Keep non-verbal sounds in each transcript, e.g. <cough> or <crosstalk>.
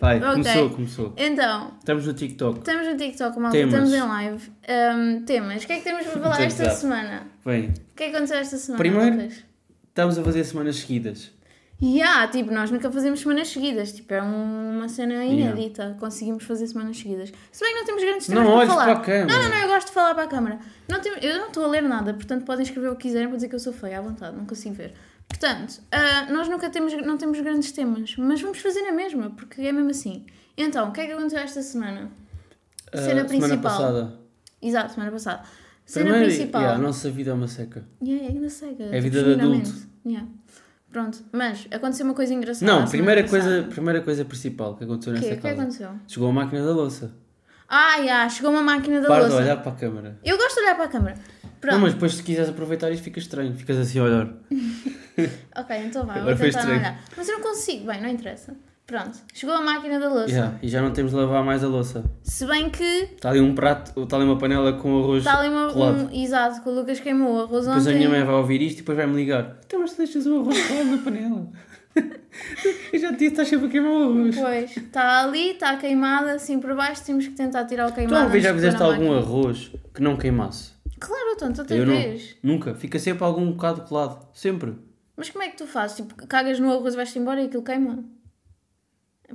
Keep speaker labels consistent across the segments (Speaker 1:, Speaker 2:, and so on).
Speaker 1: Vai,
Speaker 2: Ok.
Speaker 1: começou, começou.
Speaker 2: Então,
Speaker 1: Estamos no TikTok.
Speaker 2: estamos no TikTok, malta,
Speaker 1: Temas.
Speaker 2: estamos em live. Ahm, temas, o que é que temos para falar esta
Speaker 1: Exato.
Speaker 2: semana?
Speaker 1: Bem,
Speaker 2: O que é que aconteceu esta semana?
Speaker 1: Primeiro-
Speaker 2: Lucas?
Speaker 1: estamos a fazer semanas seguidas.
Speaker 2: Yeah, tipo, nós nunca fazemos semanas seguidas, tipo, é um- uma cena
Speaker 1: Yeah.
Speaker 2: inédita, conseguimos fazer semanas seguidas. Se bem que não temos grandes
Speaker 1: Não
Speaker 2: temas para
Speaker 1: olhes
Speaker 2: falar.
Speaker 1: para a câmera.
Speaker 2: Não, não, não, eu gosto de falar para a câmara. Não tem- eu não estou a ler nada, portanto podem escrever o que quiserem para dizer que eu sou feia, à vontade, não consigo ver. Portanto, ah, nós nunca temos, não temos grandes temas, mas vamos fazer na mesma, porque é mesmo assim. Então, o que é que aconteceu esta semana?
Speaker 1: Ah,
Speaker 2: Cena
Speaker 1: Semana
Speaker 2: principal.
Speaker 1: passada.
Speaker 2: Exato, semana passada. Cena
Speaker 1: Primeiro,
Speaker 2: principal.
Speaker 1: yeah, a nossa vida é uma seca.
Speaker 2: Yeah, é ainda cega.
Speaker 1: É vida de
Speaker 2: genuinamente.
Speaker 1: adulto.
Speaker 2: Yeah. Pronto, mas aconteceu uma coisa engraçada.
Speaker 1: Não,
Speaker 2: a semana
Speaker 1: primeira
Speaker 2: passada.
Speaker 1: coisa, primeira coisa principal que aconteceu
Speaker 2: O quê?
Speaker 1: nesta
Speaker 2: O que é que
Speaker 1: casa.
Speaker 2: aconteceu?
Speaker 1: Chegou a máquina da louça.
Speaker 2: Ah, yeah, chegou uma máquina da
Speaker 1: Para de
Speaker 2: louça.
Speaker 1: olhar para a câmara.
Speaker 2: Eu gosto de olhar para a câmara. Pronto.
Speaker 1: Não, mas depois se quiseres aproveitar isto fica estranho. Ficas assim a olhar.
Speaker 2: Ok, então vá,
Speaker 1: Agora
Speaker 2: vou
Speaker 1: foi
Speaker 2: tentar
Speaker 1: estranho.
Speaker 2: olhar. Mas eu não consigo. Bem, não interessa. Pronto, chegou a máquina da louça.
Speaker 1: Yeah, e já não temos de lavar mais a louça.
Speaker 2: Se bem que
Speaker 1: Está ali um prato, está ali uma panela com arroz
Speaker 2: está ali uma,
Speaker 1: colado.
Speaker 2: um... Exato, que o Lucas queimou o arroz
Speaker 1: Depois a minha
Speaker 2: ontem.
Speaker 1: mãe vai ouvir isto e depois vai-me ligar. Então, mas tu deixas o arroz colado na panela. <laughs> Eu já te disse, estás sempre a queimar o arroz.
Speaker 2: Pois, está ali, está queimada, assim por baixo, temos que tentar tirar o
Speaker 1: Tu
Speaker 2: queimado.
Speaker 1: alguma vez já
Speaker 2: antes de
Speaker 1: fizeste
Speaker 2: pôr na
Speaker 1: algum
Speaker 2: máquina.
Speaker 1: arroz que não queimasse?
Speaker 2: Claro, tonto, outra
Speaker 1: Eu não.
Speaker 2: vez.
Speaker 1: Nunca. Fica sempre algum bocado colado. Sempre.
Speaker 2: Mas como é que tu fazes? Tipo, cagas no arroz, vais-te embora e aquilo queima?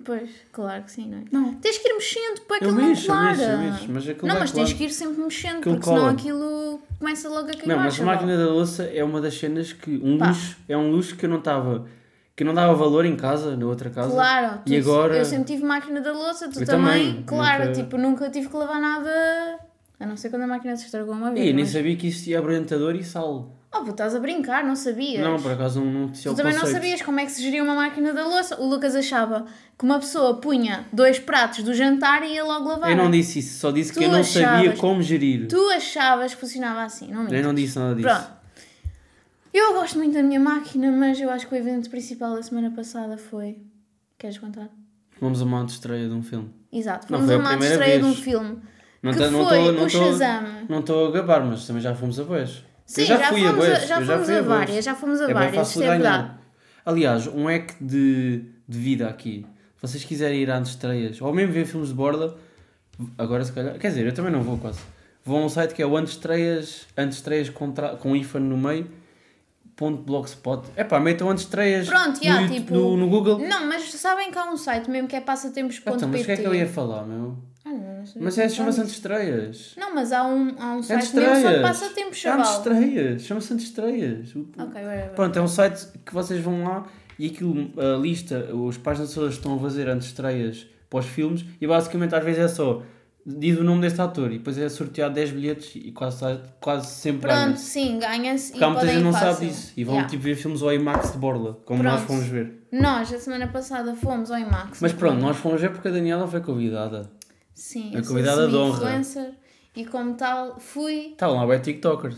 Speaker 2: Pois, claro que sim, não é?
Speaker 1: Não.
Speaker 2: Tens Ah, que ir mexendo para
Speaker 1: Eu
Speaker 2: aquilo
Speaker 1: mexo, eu
Speaker 2: não colar.
Speaker 1: mexo, eu mexo, mas aquilo
Speaker 2: não,
Speaker 1: vai
Speaker 2: mas
Speaker 1: colar.
Speaker 2: tens que ir sempre mexendo,
Speaker 1: Aquilo
Speaker 2: porque senão
Speaker 1: cola.
Speaker 2: aquilo começa logo a queimar.
Speaker 1: Não, mas a
Speaker 2: chaval.
Speaker 1: máquina da louça é uma das cenas que um
Speaker 2: Pá.
Speaker 1: luxo, é um luxo que eu não estava, que eu não dava valor em casa, na outra casa.
Speaker 2: Claro, tu-
Speaker 1: E agora
Speaker 2: eu sempre tive máquina da louça, tu
Speaker 1: Eu
Speaker 2: também.
Speaker 1: também,
Speaker 2: Claro,
Speaker 1: nunca-
Speaker 2: tipo, nunca tive que lavar nada. A não ser quando a máquina se estragou uma vez.
Speaker 1: Ei, nem
Speaker 2: mas-
Speaker 1: sabia que existia abrilhantador e sal.
Speaker 2: Oh, pô, estás a brincar, não sabias.
Speaker 1: Não, por acaso não, não conhecia
Speaker 2: Tu
Speaker 1: o
Speaker 2: também
Speaker 1: conceito.
Speaker 2: não sabias como é que se geria uma máquina da louça. O Lucas achava que uma pessoa punha dois pratos do jantar e ia logo lavar.
Speaker 1: Eu não disse isso, só disse
Speaker 2: Tu
Speaker 1: que eu não sabia
Speaker 2: achavas-
Speaker 1: como gerir.
Speaker 2: Tu achavas que funcionava assim, não
Speaker 1: Eu
Speaker 2: me
Speaker 1: não disse nada disso.
Speaker 2: Pronto. Eu gosto muito da minha máquina, mas eu acho que o evento principal da semana passada foi. Queres contar?
Speaker 1: Vamos a uma estreia de um filme.
Speaker 2: Exato,
Speaker 1: Não,
Speaker 2: fomos
Speaker 1: foi
Speaker 2: a
Speaker 1: a
Speaker 2: uma
Speaker 1: primeira
Speaker 2: estreia de um
Speaker 1: vez.
Speaker 2: filme.
Speaker 1: Não
Speaker 2: que
Speaker 1: tá- não
Speaker 2: foi
Speaker 1: tô- não
Speaker 2: o
Speaker 1: tô-
Speaker 2: Shazam.
Speaker 1: Não estou a gabar, mas também já fomos a boés.
Speaker 2: Sim,
Speaker 1: eu já, fui
Speaker 2: fomos,
Speaker 1: a boés.
Speaker 2: já
Speaker 1: eu
Speaker 2: fomos
Speaker 1: fui
Speaker 2: a
Speaker 1: boés.
Speaker 2: várias, já fomos a
Speaker 1: bem
Speaker 2: várias,
Speaker 1: fácil
Speaker 2: isto é
Speaker 1: ganhar.
Speaker 2: verdade.
Speaker 1: Aliás, um hack de, de vida aqui. Se vocês quiserem ir às estreias, ou mesmo ver filmes de borda, agora se calhar. Quer dizer, eu também não vou quase. Vão a um site que é o Antestreias, Antestreias com, tra- com hífen no meio, ponto blogspot. É pá, metam Antestreias
Speaker 2: Pronto,
Speaker 1: no,
Speaker 2: já,
Speaker 1: YouTube-
Speaker 2: tipo-
Speaker 1: no, no Google.
Speaker 2: Não, mas sabem que há um site mesmo que é passatempos.pt.
Speaker 1: Ah, então, mas o que é que eu ia falar, meu?
Speaker 2: Ah, não, não sabia
Speaker 1: Mas
Speaker 2: que
Speaker 1: é,
Speaker 2: tinha
Speaker 1: chama-se É
Speaker 2: tantos.
Speaker 1: Antestreias.
Speaker 2: Não, mas há um, há um site mesmo só de
Speaker 1: Antestreias.
Speaker 2: passatempos, chaval. Ah,
Speaker 1: Antestreias, É chama-se Antestreias. O- o-
Speaker 2: Ok, whatever.
Speaker 1: Pronto, é um site que vocês vão lá e aquilo a lista, os páginas todas que estão a fazer antes de estreias para os filmes e basicamente às vezes é só diz o nome deste ator e depois é sortear 10 bilhetes e quase, quase sempre
Speaker 2: Pronto,
Speaker 1: ganha.
Speaker 2: sim, ganha-se.
Speaker 1: Porque há
Speaker 2: e
Speaker 1: muita
Speaker 2: podem
Speaker 1: gente
Speaker 2: ir
Speaker 1: não
Speaker 2: fácil.
Speaker 1: sabe disso e vão
Speaker 2: Yeah.
Speaker 1: tipo ver filmes ao IMAX de Borla, como nós
Speaker 2: Pronto.
Speaker 1: fomos ver.
Speaker 2: Nós, a semana passada, fomos ao IMAX.
Speaker 1: Mas pronto, nós fomos ver porque a Daniela foi convidada.
Speaker 2: Sim,
Speaker 1: a
Speaker 2: eu sou
Speaker 1: convidada de honra.
Speaker 2: semi-influencer E como tal, fui.
Speaker 1: Está lá, é TikTokers.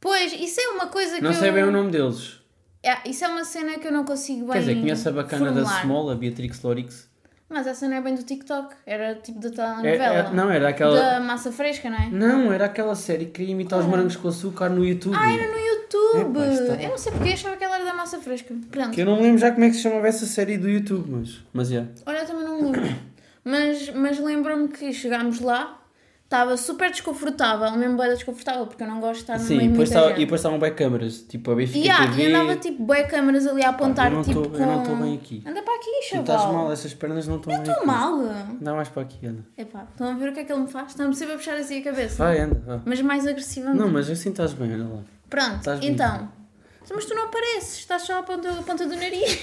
Speaker 2: Pois, isso é uma coisa que
Speaker 1: Não
Speaker 2: eu.
Speaker 1: sei bem o nome deles.
Speaker 2: É, isso é uma cena que eu não consigo bem.
Speaker 1: Quer dizer, conhece a bacana da
Speaker 2: formular.
Speaker 1: Small, a Beatrix Lorix?
Speaker 2: Mas essa não é bem do TikTok. Era tipo da
Speaker 1: É- é-
Speaker 2: telenovela.
Speaker 1: não, era aquela. Hum.
Speaker 2: Da massa fresca, não é?
Speaker 1: Não, era aquela série que queria imitar os morangos com açúcar no YouTube.
Speaker 2: Ah, era no YouTube!
Speaker 1: Epá, isto tá-
Speaker 2: eu não sei porque achava que ela era da massa fresca. Pronto.
Speaker 1: Que eu não me lembro já como é que se chamava essa série do YouTube, mas. Mas é.
Speaker 2: Olha, eu também não me lembro. Mas, mas lembro-me que chegámos lá, estava super desconfortável, mesmo bem desconfortável, porque eu não gosto de estar no
Speaker 1: Sim, e
Speaker 2: meio de muita
Speaker 1: depois, tava, e
Speaker 2: gente.
Speaker 1: depois estavam bem câmaras, tipo a Benfica
Speaker 2: E, há-
Speaker 1: TV.
Speaker 2: e andava tipo bem câmaras ali a apontar,
Speaker 1: eu não
Speaker 2: tipo
Speaker 1: tô-
Speaker 2: com...
Speaker 1: eu não tô bem aqui.
Speaker 2: Anda para aqui,
Speaker 1: tu
Speaker 2: chaval.
Speaker 1: estás mal, essas pernas não estão bem.
Speaker 2: Estou
Speaker 1: aqui.
Speaker 2: mal.
Speaker 1: Anda mais para aqui, anda.
Speaker 2: Epá, estão a ver o que é que ele me faz? Estão-me sempre a puxar assim a cabeça.
Speaker 1: Vai, anda, vá.
Speaker 2: Mas mais agressivamente.
Speaker 1: Não, mas assim estás bem, olha lá.
Speaker 2: Pronto,
Speaker 1: estás bonita.
Speaker 2: então. Mas tu não apareces, estás só a ponta, a ponta do nariz.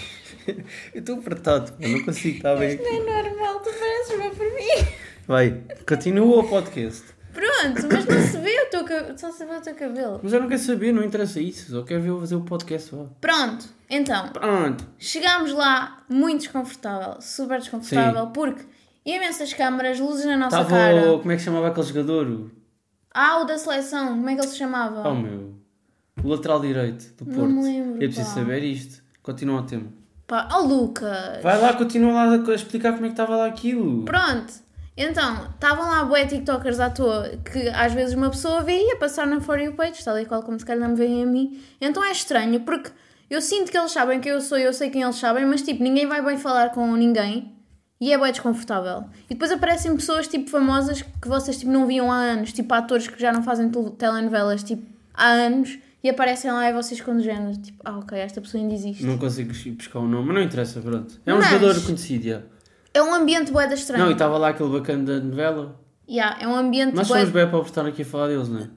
Speaker 1: Eu estou apertado, eu não consigo estar Tá bem aqui.
Speaker 2: Não é normal, tu pareces bem por mim.
Speaker 1: Vai, continua o podcast.
Speaker 2: Pronto, mas não se vê o teu cabelo. Só se vê o teu cabelo.
Speaker 1: Mas eu não quero saber, não interessa isso, só quero ver eu fazer o podcast, vá.
Speaker 2: Pronto, então,
Speaker 1: Pronto.
Speaker 2: chegámos lá muito desconfortável, super desconfortável, porque imensas câmaras, luzes na nossa
Speaker 1: Estava.
Speaker 2: cara.
Speaker 1: o- Como é que se chamava aquele jogador? O-
Speaker 2: Ah, o da seleção, como é que ele se chamava?
Speaker 1: Oh meu. O lateral direito do
Speaker 2: Não
Speaker 1: Porto.
Speaker 2: me lembro,
Speaker 1: Eu preciso
Speaker 2: pá.
Speaker 1: saber isto. Continua o tema.
Speaker 2: Pá, oh Lucas!
Speaker 1: Vai lá, continua lá a explicar como é que estava lá aquilo.
Speaker 2: Pronto, então, estavam lá bué tiktokers à toa, que às vezes uma pessoa vê e ia passar na For You Page, tal e qual como se calhar não me veem a mim. Então é estranho, porque eu sinto que eles sabem quem eu sou, eu sei quem eles sabem, mas tipo, ninguém vai bem falar com ninguém. E é bem desconfortável. E depois aparecem pessoas tipo famosas que vocês tipo, não viam há anos, tipo atores que já não fazem tel- telenovelas tipo, há anos e aparecem lá e vocês com género, tipo, ah ok, esta pessoa ainda existe.
Speaker 1: Não consigo ir buscar o nome, mas não interessa, pronto. É um
Speaker 2: Mas-
Speaker 1: jogador conhecido, já.
Speaker 2: É um ambiente boeda estranho.
Speaker 1: Não, e tá- estava lá aquele bacana da novela.
Speaker 2: Yeah, é um ambiente
Speaker 1: Nós
Speaker 2: bué-
Speaker 1: somos bem para estar aqui a falar deles, não é?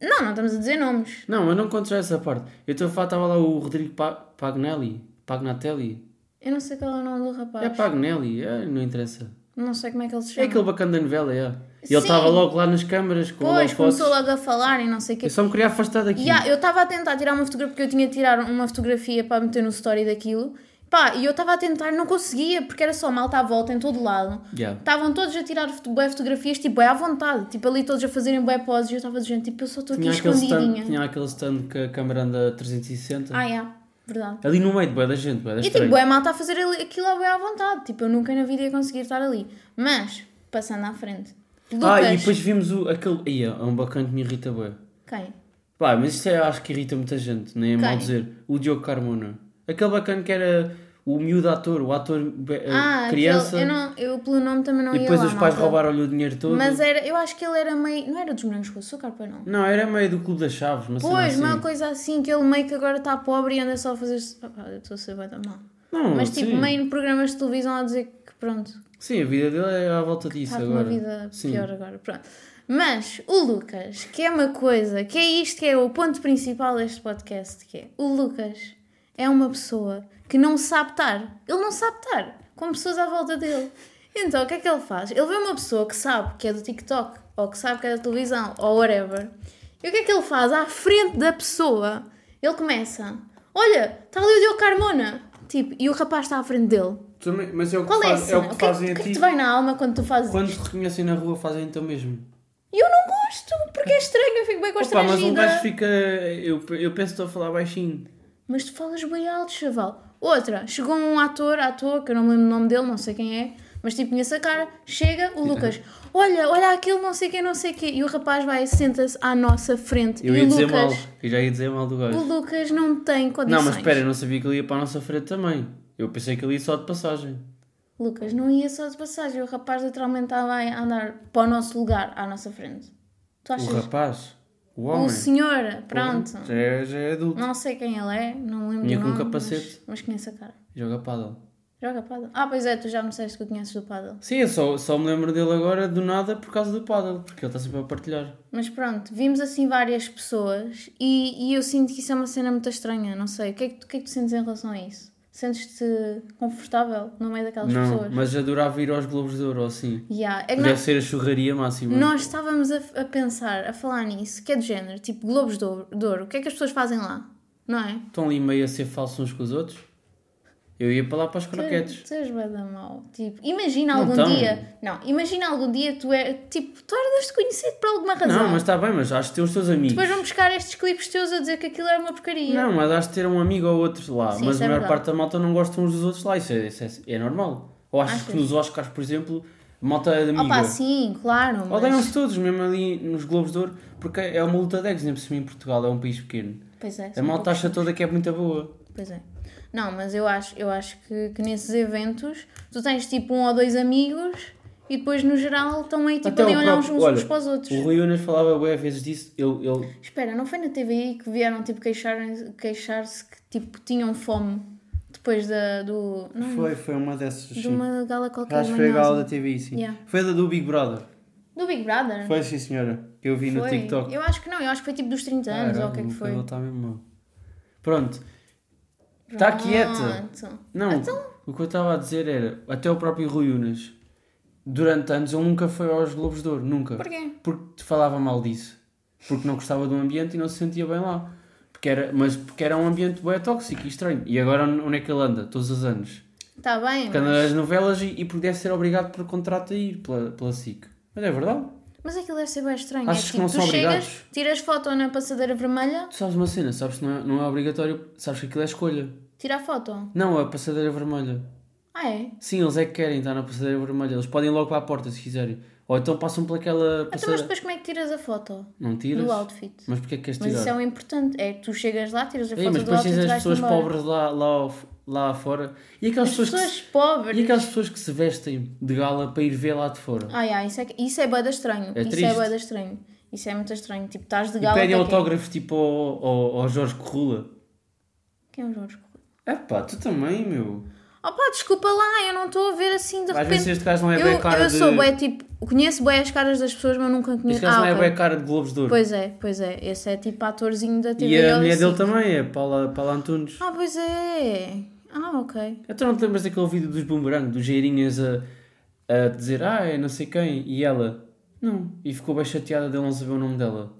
Speaker 2: Não, não estamos a dizer nomes.
Speaker 1: Não, eu não conto já essa parte. Eu estou a falar, estava lá o Rodrigo Pa- Pagnelli. Pagnatelli.
Speaker 2: Eu não sei qual é o nome do rapaz.
Speaker 1: É Pagnelli, é, não interessa.
Speaker 2: Não sei como é que ele se
Speaker 1: É
Speaker 2: chama.
Speaker 1: aquele bacana da novela, é. E
Speaker 2: Sim.
Speaker 1: ele estava logo lá nas câmaras com
Speaker 2: Pois,
Speaker 1: logo fotos.
Speaker 2: começou logo a falar e não sei o quê.
Speaker 1: Eu só me queria afastar daqui.
Speaker 2: Yeah, eu estava a tentar tirar uma fotografia, porque eu tinha de tirar uma fotografia para meter no story daquilo. Pá, e eu estava a tentar, não conseguia, porque era só malta à volta em todo lado.
Speaker 1: Yeah.
Speaker 2: Estavam todos a tirar foto- bué fotografias, tipo, é à vontade. Tipo, ali todos a fazerem bué poses e eu estava dizendo, tipo, eu só estou aqui
Speaker 1: Tinha, aquele stand,
Speaker 2: escondidinha.
Speaker 1: tinha aquele stand que a câmera anda 360.
Speaker 2: Ah, é, verdade.
Speaker 1: Ali no meio de boa da gente, boa da
Speaker 2: E tipo, bué malta a fazer ali- aquilo lá bué à vontade. Tipo, eu nunca na vida ia conseguir estar ali. Mas, passando à frente. Lucas.
Speaker 1: Ah, e depois eh, vimos o, aquele... Ia, é um bacana que me irrita bué.
Speaker 2: Quem?
Speaker 1: Pá, mas isto é, acho que irrita muita gente, nem é mal
Speaker 2: Quem?
Speaker 1: dizer. O Diogo Carmona. Aquele bacana que era o miúdo ator, o ator be- eh,
Speaker 2: Ah, aquele-
Speaker 1: criança.
Speaker 2: eu, não, eu pelo nome também não
Speaker 1: E
Speaker 2: ia
Speaker 1: depois
Speaker 2: lá,
Speaker 1: os pais
Speaker 2: malta.
Speaker 1: roubaram-lhe o dinheiro todo.
Speaker 2: Mas era, eu acho que ele era meio. Não era dos morangos com açúcar, pois não?
Speaker 1: Não, era meio do Clube das Chaves, mas
Speaker 2: Pois,
Speaker 1: assim.
Speaker 2: uma coisa assim, que ele meio que agora está pobre e anda só a fazer. Opa, eu estou a ser bué da mal.
Speaker 1: Não,
Speaker 2: Mas tipo,
Speaker 1: Hum, sim.
Speaker 2: meio em programas de televisão a dizer que pronto,
Speaker 1: Sim, a vida dele é à volta disso
Speaker 2: está tá com uma
Speaker 1: agora.
Speaker 2: vida
Speaker 1: Sim.
Speaker 2: pior agora, pronto. Mas o Lucas, que é uma coisa, que é isto que é o ponto principal deste podcast, que é o Lucas é uma pessoa que não sabe estar. Ele não sabe estar com pessoas à volta dele. Então o que é que ele faz? Ele vê uma pessoa que sabe que é do TikTok, ou que sabe que é da televisão, ou whatever. E o que é que ele faz? À frente da pessoa, ele começa: Olha, está ali o Diogo Carmona. Tipo, e o rapaz está à frente dele.
Speaker 1: Também- mas é o que,
Speaker 2: Qual é a
Speaker 1: faz- é
Speaker 2: cena?
Speaker 1: o que
Speaker 2: o que, é
Speaker 1: fazem
Speaker 2: que, o que
Speaker 1: a
Speaker 2: é que
Speaker 1: ti.
Speaker 2: te vai na alma quando tu fazes
Speaker 1: Quando te reconhecem na rua, fazem então mesmo.
Speaker 2: e eu não gosto, porque é estranho, eu fico bem
Speaker 1: Opa,
Speaker 2: constrangida.
Speaker 1: mas um gajo fica. Eu, eu penso que estou a falar baixinho.
Speaker 2: Mas tu falas bem alto, chaval. Outra, chegou um ator, ator, que eu não me lembro o nome dele, não sei quem é, mas tipo, conheço a cara, chega o
Speaker 1: é.
Speaker 2: Lucas, olha, olha aquele não sei quem, não sei quem, e o rapaz vai, senta-se à nossa frente.
Speaker 1: Eu
Speaker 2: e
Speaker 1: ia
Speaker 2: o
Speaker 1: dizer
Speaker 2: Lucas,
Speaker 1: mal. Eu já ia dizer mal do gajo.
Speaker 2: o Lucas não tem condições.
Speaker 1: Não, mas espera, eu não sabia que ele ia para a nossa frente também. Eu pensei que ele ia só de passagem.
Speaker 2: Lucas, não ia só de passagem, o rapaz literalmente estava a andar para o nosso lugar, à nossa frente. Tu achas?
Speaker 1: O rapaz, o
Speaker 2: O
Speaker 1: homem.
Speaker 2: senhor, pronto.
Speaker 1: Já é, já é adulto.
Speaker 2: Não sei quem ele é, não me lembro
Speaker 1: Vinha
Speaker 2: do
Speaker 1: com um
Speaker 2: nome,
Speaker 1: capacete.
Speaker 2: Mas, mas conheço a cara.
Speaker 1: Joga paddle.
Speaker 2: Joga paddle. Ah, pois é, tu já me disseste que o conheces do paddle.
Speaker 1: Sim, eu só, só me lembro dele agora do nada por causa do paddle, porque ele está sempre a partilhar.
Speaker 2: Mas pronto, vimos assim várias pessoas e, e eu sinto que isso é uma cena muito estranha, não sei. O que é que, tu- o que, é que tu sentes em relação a isso? Sentes-te confortável no meio daquelas
Speaker 1: não,
Speaker 2: pessoas?
Speaker 1: mas adorava ir aos Globos de Ouro, assim.
Speaker 2: Yeah. É que
Speaker 1: Deve
Speaker 2: nós,
Speaker 1: ser a churraria máxima.
Speaker 2: nós estávamos a, a pensar, a falar nisso, que é de género, tipo Globos de Ouro, de Ouro. O que é que as pessoas fazem lá? Não é?
Speaker 1: Estão ali meio a ser falsos uns com os outros. Eu ia para lá para os croquetes.
Speaker 2: Tu, tu és bué da mau. Tipo, imagina
Speaker 1: Não
Speaker 2: algum
Speaker 1: tão.
Speaker 2: dia. Não, imagina algum dia tu é. Tipo, tu eras conhecido por alguma razão.
Speaker 1: Não, mas está bem, mas acho que ter os teus amigos.
Speaker 2: é. Depois vão buscar estes clipes teus a dizer que aquilo era uma porcaria.
Speaker 1: Não, mas acho que ter um amigo ou outro lá.
Speaker 2: Sim,
Speaker 1: mas
Speaker 2: isso
Speaker 1: a
Speaker 2: é
Speaker 1: maior
Speaker 2: verdade.
Speaker 1: parte da malta não gosta uns dos outros lá. Isso é, isso é, é normal. Ou acho que
Speaker 2: Achas?
Speaker 1: nos Oscars, por exemplo, a malta é de amigo. um
Speaker 2: Opa, Ah, sim, claro. Mas...
Speaker 1: Odeiam-se todos, mesmo ali nos Globos de Ouro, porque é uma luta de egos, nem por cima em Portugal, é um país pequeno.
Speaker 2: Pois é.
Speaker 1: A
Speaker 2: são
Speaker 1: malta acha toda que é muito boa.
Speaker 2: poucos. Pois é. Não, mas eu acho, eu acho que, que nesses eventos tu tens tipo um ou dois amigos e depois no geral estão aí tipo
Speaker 1: Até
Speaker 2: ali a
Speaker 1: o
Speaker 2: olhar
Speaker 1: próprio-
Speaker 2: uns,
Speaker 1: olha,
Speaker 2: uns para os outros.
Speaker 1: O Rui Unas falava bué vezes disso, ele, ele
Speaker 2: Espera, não foi na TVI que vieram tipo queixar- queixar-se que tipo tinham fome depois da, do. Não,
Speaker 1: foi, foi uma dessas.
Speaker 2: de
Speaker 1: sim.
Speaker 2: uma gala qualquer.
Speaker 1: Acho que foi a gala da
Speaker 2: manhosa.
Speaker 1: TV, sim.
Speaker 2: Yeah.
Speaker 1: Foi da do Big Brother.
Speaker 2: Do Big Brother?
Speaker 1: Foi, sim, senhora. Que eu vi no
Speaker 2: Foi?
Speaker 1: TikTok. Ah,
Speaker 2: Eu acho que não, eu acho que foi tipo dos 30 anos ou o que é que
Speaker 1: Caralho,
Speaker 2: foi.
Speaker 1: cabelo tá mesmo mau. Pronto. Está quieta.
Speaker 2: Pronto.
Speaker 1: Não,
Speaker 2: Então-
Speaker 1: o que eu estava a dizer era, até o próprio Rui Unas, durante anos ele nunca foi aos Globos de Ouro, nunca.
Speaker 2: Porquê?
Speaker 1: Porque te falava mal disso. Porque não gostava do ambiente e não se sentia bem lá. Porque era, mas porque era um ambiente bem tóxico e estranho. E agora onde é que ele anda? Todos os anos.
Speaker 2: Está Tá bem,
Speaker 1: Porque anda nas novelas e, e porque deve ser obrigado por contrato a ir pela, pela SIC. Mas é verdade.
Speaker 2: Mas aquilo deve ser bem estranho.
Speaker 1: Achas
Speaker 2: é,
Speaker 1: que
Speaker 2: tipo,
Speaker 1: não
Speaker 2: tu
Speaker 1: são
Speaker 2: chegas,
Speaker 1: obrigados?
Speaker 2: tiras foto na passadeira vermelha,
Speaker 1: Tu sabes uma cena, sabes que não é, não é obrigatório, sabes que aquilo é escolha.
Speaker 2: tira a foto.
Speaker 1: Não, a passadeira vermelha.
Speaker 2: Ah, Ah, é?
Speaker 1: Sim, eles é que querem estar na passadeira vermelha. Eles podem ir logo para a porta se quiserem. Ou então passam por aquela
Speaker 2: Ah, então, mas
Speaker 1: passadeira.
Speaker 2: depois como é que tiras a foto
Speaker 1: Não tiras.
Speaker 2: do outfit?
Speaker 1: Mas porquê é que queres
Speaker 2: Mas
Speaker 1: tirar?
Speaker 2: isso é o importante. É que tu chegas lá, tiras a
Speaker 1: Ei,
Speaker 2: foto
Speaker 1: mas
Speaker 2: do
Speaker 1: depois
Speaker 2: outfit
Speaker 1: tens
Speaker 2: e
Speaker 1: as
Speaker 2: vais
Speaker 1: pessoas
Speaker 2: embora.
Speaker 1: pobres lá, lá, ao- lá fora. E aquelas
Speaker 2: As
Speaker 1: pessoas,
Speaker 2: pessoas
Speaker 1: que
Speaker 2: pobres.
Speaker 1: se, E aquelas pessoas que se vestem de gala para ir ver lá de fora.
Speaker 2: Ai, ai, isso é, que- isso é bué de estranho.
Speaker 1: É
Speaker 2: isso
Speaker 1: triste.
Speaker 2: é bué de estranho. Isso é muito estranho. Tipo, estás de
Speaker 1: e
Speaker 2: gala
Speaker 1: pedem
Speaker 2: para quê?
Speaker 1: autógrafos tipo ao, ao, ao Jorge Corrula.
Speaker 2: Quem é o Jorge Correia?
Speaker 1: É pá, tu também, meu.
Speaker 2: Oh pá, desculpa lá, eu não estou a ver assim de
Speaker 1: Às vezes
Speaker 2: repente.
Speaker 1: este gajo não é
Speaker 2: eu
Speaker 1: bem cara
Speaker 2: eu
Speaker 1: de.
Speaker 2: sou bué, tipo, conheço bué as caras das pessoas, mas nunca
Speaker 1: Este
Speaker 2: conheço.
Speaker 1: gajo
Speaker 2: Ah,
Speaker 1: não é
Speaker 2: ok.
Speaker 1: bem cara de Globos de Ouro.
Speaker 2: Pois é, pois é. Esse é tipo atorzinho da TV.
Speaker 1: e a mulher
Speaker 2: assim.
Speaker 1: dele também é Paula, Paula Antunes.
Speaker 2: Ah, pois é. Ah, ok.
Speaker 1: Então não te lembras daquele vídeo dos bumerangue, dos geirinhas a, a dizer ah, é não sei quem, e ela não. E ficou bem chateada dele não saber o nome dela.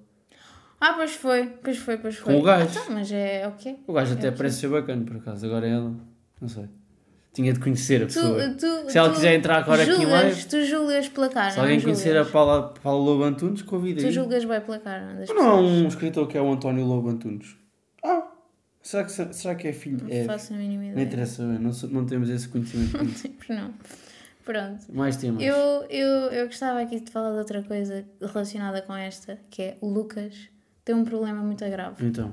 Speaker 2: Ah, pois foi, pois foi, pois foi.
Speaker 1: Com o gajo.
Speaker 2: Ah, tá, mas é o quê?
Speaker 1: O gajo até parece ser bacana, por acaso. Agora é ela, não sei. Tinha de conhecer a pessoa.
Speaker 2: Tu, tu,
Speaker 1: é. Se ela
Speaker 2: tu
Speaker 1: quiser entrar agora aqui em
Speaker 2: julgas,
Speaker 1: live-
Speaker 2: Tu julgas pela cara.
Speaker 1: Se alguém
Speaker 2: não
Speaker 1: conhecer a
Speaker 2: julgas.
Speaker 1: Paula, Paula Lobo Antunes, convida
Speaker 2: Tu
Speaker 1: aí.
Speaker 2: julgas bem pela cara. das
Speaker 1: Não há
Speaker 2: pessoas.
Speaker 1: um escritor que é o António Lobo Antunes. Ah, será que, será que é filho?
Speaker 2: Não
Speaker 1: É,
Speaker 2: faço a mínima
Speaker 1: não
Speaker 2: ideia.
Speaker 1: interessa, bem, não, sou- não temos esse
Speaker 2: <laughs>
Speaker 1: conhecimento.
Speaker 2: Tipo, não. Pronto.
Speaker 1: Mais temas.
Speaker 2: Eu, eu, eu gostava aqui de falar de outra coisa relacionada com esta, que é o Lucas tem um problema muito grave.
Speaker 1: Então,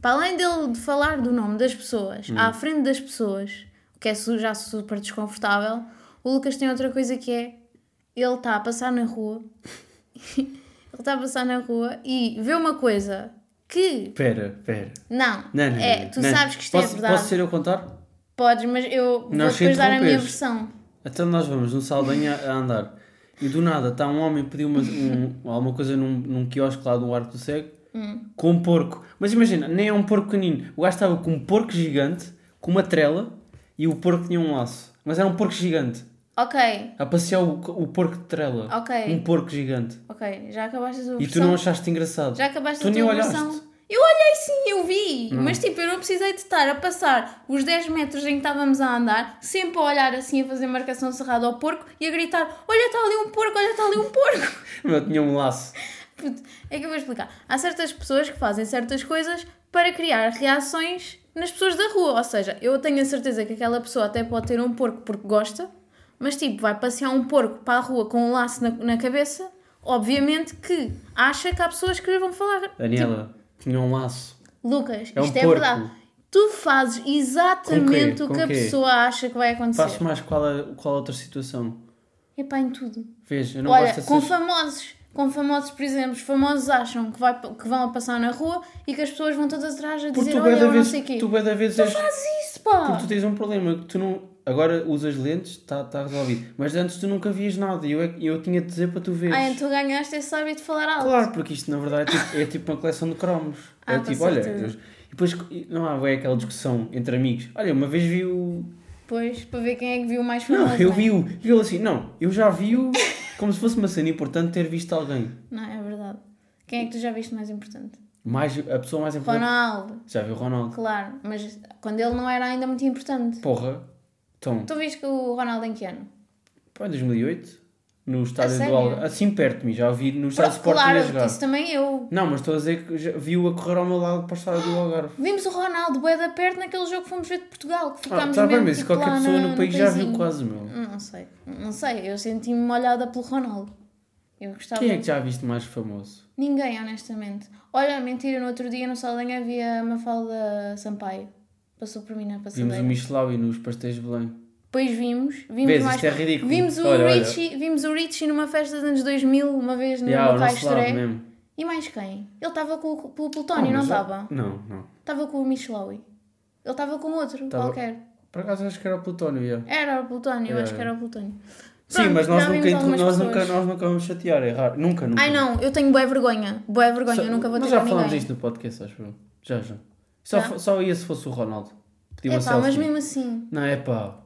Speaker 2: Para além dele de falar do nome das pessoas,
Speaker 1: Hum.
Speaker 2: à frente das pessoas, o que é su- já super desconfortável, o Lucas tem outra coisa que é ele está a passar na rua, <laughs> ele está a passar na rua e vê uma coisa que
Speaker 1: pera, pera.
Speaker 2: não,
Speaker 1: Não, não,
Speaker 2: é,
Speaker 1: não,
Speaker 2: tu
Speaker 1: não.
Speaker 2: sabes que isto
Speaker 1: posso,
Speaker 2: é verdade.
Speaker 1: Posso ser eu a contar?
Speaker 2: Podes, mas eu
Speaker 1: Nós
Speaker 2: vou depois dar a minha
Speaker 1: interrompeste.
Speaker 2: versão.
Speaker 1: Então nós vamos no Saldanha a andar e do nada está um homem pediu uma, um, alguma coisa num, num quiosque lá do Arco do Cego
Speaker 2: Hum.
Speaker 1: com um porco. Mas imagina, nem é um porco pequenino. O gajo estava com um porco gigante, com uma trela e o porco tinha um laço. Mas era um porco gigante.
Speaker 2: Ok,
Speaker 1: A passear o, o porco de trela.
Speaker 2: Ok.
Speaker 1: Um porco gigante.
Speaker 2: ok, já acabaste a tua
Speaker 1: E tu
Speaker 2: versão.
Speaker 1: não achaste engraçado.
Speaker 2: Já acabaste
Speaker 1: Tu
Speaker 2: a
Speaker 1: nem
Speaker 2: tua
Speaker 1: olhaste.
Speaker 2: versão? Eu olhei sim, eu vi, mas tipo, eu não precisei de estar a passar os 10 metros em que estávamos a andar, sempre a olhar assim, a fazer marcação cerrada ao porco e a gritar: Olha, está ali um porco, olha, está ali um porco. <laughs>
Speaker 1: Meu, tinha um laço.
Speaker 2: Puto, é que eu vou explicar. Há certas pessoas que fazem certas coisas para criar reações nas pessoas da rua. Ou seja, eu tenho a certeza que aquela pessoa até pode ter um porco porque gosta, mas tipo, vai passear um porco para a rua com um laço na, na cabeça. Obviamente que acha que há pessoas que lhe vão falar.
Speaker 1: Daniela,
Speaker 2: Tipo-
Speaker 1: tinha um laço.
Speaker 2: Lucas,
Speaker 1: É um
Speaker 2: isto é
Speaker 1: porco.
Speaker 2: verdade. Tu fazes exatamente
Speaker 1: Com quê?
Speaker 2: o que
Speaker 1: Com
Speaker 2: a
Speaker 1: quê?
Speaker 2: pessoa acha que vai
Speaker 1: Fazes
Speaker 2: acontecer.
Speaker 1: mais qual, a- qual a outra situação?
Speaker 2: É pá, em tudo.
Speaker 1: Vês, eu um- não
Speaker 2: Olha,
Speaker 1: gosto dessas...
Speaker 2: com famosos, com famosos, por exemplo, os famosos acham que, vai, que vão a passar na rua e que as pessoas vão todas atrás a
Speaker 1: Porque
Speaker 2: dizer
Speaker 1: tu bué
Speaker 2: olha,
Speaker 1: da
Speaker 2: eu não
Speaker 1: vez-
Speaker 2: sei o quê.
Speaker 1: tu
Speaker 2: Tu
Speaker 1: bué da vez és-
Speaker 2: fazes isso, pá!
Speaker 1: Porque tu tens um problema, que tu não. Agora usas lentes, está tá resolvido. Mas antes tu nunca vias nada e eu, é que- eu tinha de dizer para tu veres.
Speaker 2: Ah, então ganhaste esse hábito de falar algo.
Speaker 1: Claro, porque isto na verdade é tipo, é tipo uma coleção de cromos.
Speaker 2: Ah,
Speaker 1: é
Speaker 2: com
Speaker 1: tipo, olha.
Speaker 2: certeza.
Speaker 1: eu- e depois e não há bué aquela discussão entre amigos. Olha, uma vez vi o.
Speaker 2: Pois, para ver quem é que viu mais famoso.
Speaker 1: Não, eu
Speaker 2: né?
Speaker 1: vi o. E ele assim, não, eu já vi o. Como se fosse uma cena importante ter visto alguém.
Speaker 2: Não, é verdade. Quem é que tu já viste mais importante?
Speaker 1: Mais, a pessoa mais importante.
Speaker 2: Ronaldo,
Speaker 1: Já vi o Ronaldo.
Speaker 2: claro. Mas quando ele não era ainda muito importante.
Speaker 1: Porra. Então,
Speaker 2: Tu viste o Ronaldo em que ano?
Speaker 1: pá, em 2008, no estádio do
Speaker 2: sério?
Speaker 1: Algarve. Assim perto de mim, já vi no estádio de Sporting a
Speaker 2: claro,
Speaker 1: jogar.
Speaker 2: isso também eu.
Speaker 1: Não, mas estou a dizer que já viu a correr ao meu lado para a estrada do
Speaker 2: <gasps>
Speaker 1: Algarve.
Speaker 2: Vimos o Ronaldo bué da perto naquele jogo que fomos ver de Portugal, que
Speaker 1: Ah,
Speaker 2: ficámos
Speaker 1: está bem,
Speaker 2: mesmo,
Speaker 1: mas
Speaker 2: tipo,
Speaker 1: qualquer
Speaker 2: lá
Speaker 1: pessoa
Speaker 2: na-
Speaker 1: no, país já
Speaker 2: paizinho.
Speaker 1: viu quase, meu.
Speaker 2: Não sei, não sei, eu senti-me olhada pelo Ronaldo. Eu gostava.
Speaker 1: Quem é que já viste mais famoso?
Speaker 2: Ninguém, honestamente. Olha, mentira, no outro dia no Saldanha havia a Mafalda Sampaio. Passou por mim na
Speaker 1: Vimos
Speaker 2: passadeira.
Speaker 1: o Michelau e nos pastéis de Belém.
Speaker 2: Depois vimos, vimos
Speaker 1: Vês,
Speaker 2: mais.
Speaker 1: isto é ridículo.
Speaker 2: Vimos o,
Speaker 1: Olha, olha.
Speaker 2: Richie, vimos o Richie numa festa dos anos 2000, uma vez no
Speaker 1: Já, ao
Speaker 2: yeah,
Speaker 1: nosso lado mesmo.
Speaker 2: E mais quem? Ele estava com o pelo Plutónio, não
Speaker 1: mas já-
Speaker 2: estava?
Speaker 1: Não, não.
Speaker 2: Estava com o Michelawi. Ele estava com outro,
Speaker 1: Tava-
Speaker 2: qualquer.
Speaker 1: Por acaso acho que era o Plutónio, já.
Speaker 2: Era o Plutónio, eu
Speaker 1: É.
Speaker 2: acho que era o Plutónio.
Speaker 1: Sim,
Speaker 2: Pronto,
Speaker 1: mas nós
Speaker 2: já
Speaker 1: nunca,
Speaker 2: vimos
Speaker 1: entro-
Speaker 2: algumas
Speaker 1: nós, nunca,
Speaker 2: pessoas.
Speaker 1: nós nunca vamos chatear, é raro. Nunca, nunca.
Speaker 2: Ai não, eu tenho boa vergonha. Boa vergonha,
Speaker 1: Só-
Speaker 2: eu nunca vou ter
Speaker 1: Nós
Speaker 2: com
Speaker 1: já falámos
Speaker 2: ninguém.
Speaker 1: isto no podcast, acho eu. Já, já. Só,
Speaker 2: Já?
Speaker 1: fo- só ia se fosse o Ronaldo. Pedi uma
Speaker 2: É pá,
Speaker 1: um selfie.
Speaker 2: mas mesmo assim,
Speaker 1: Não, é pá.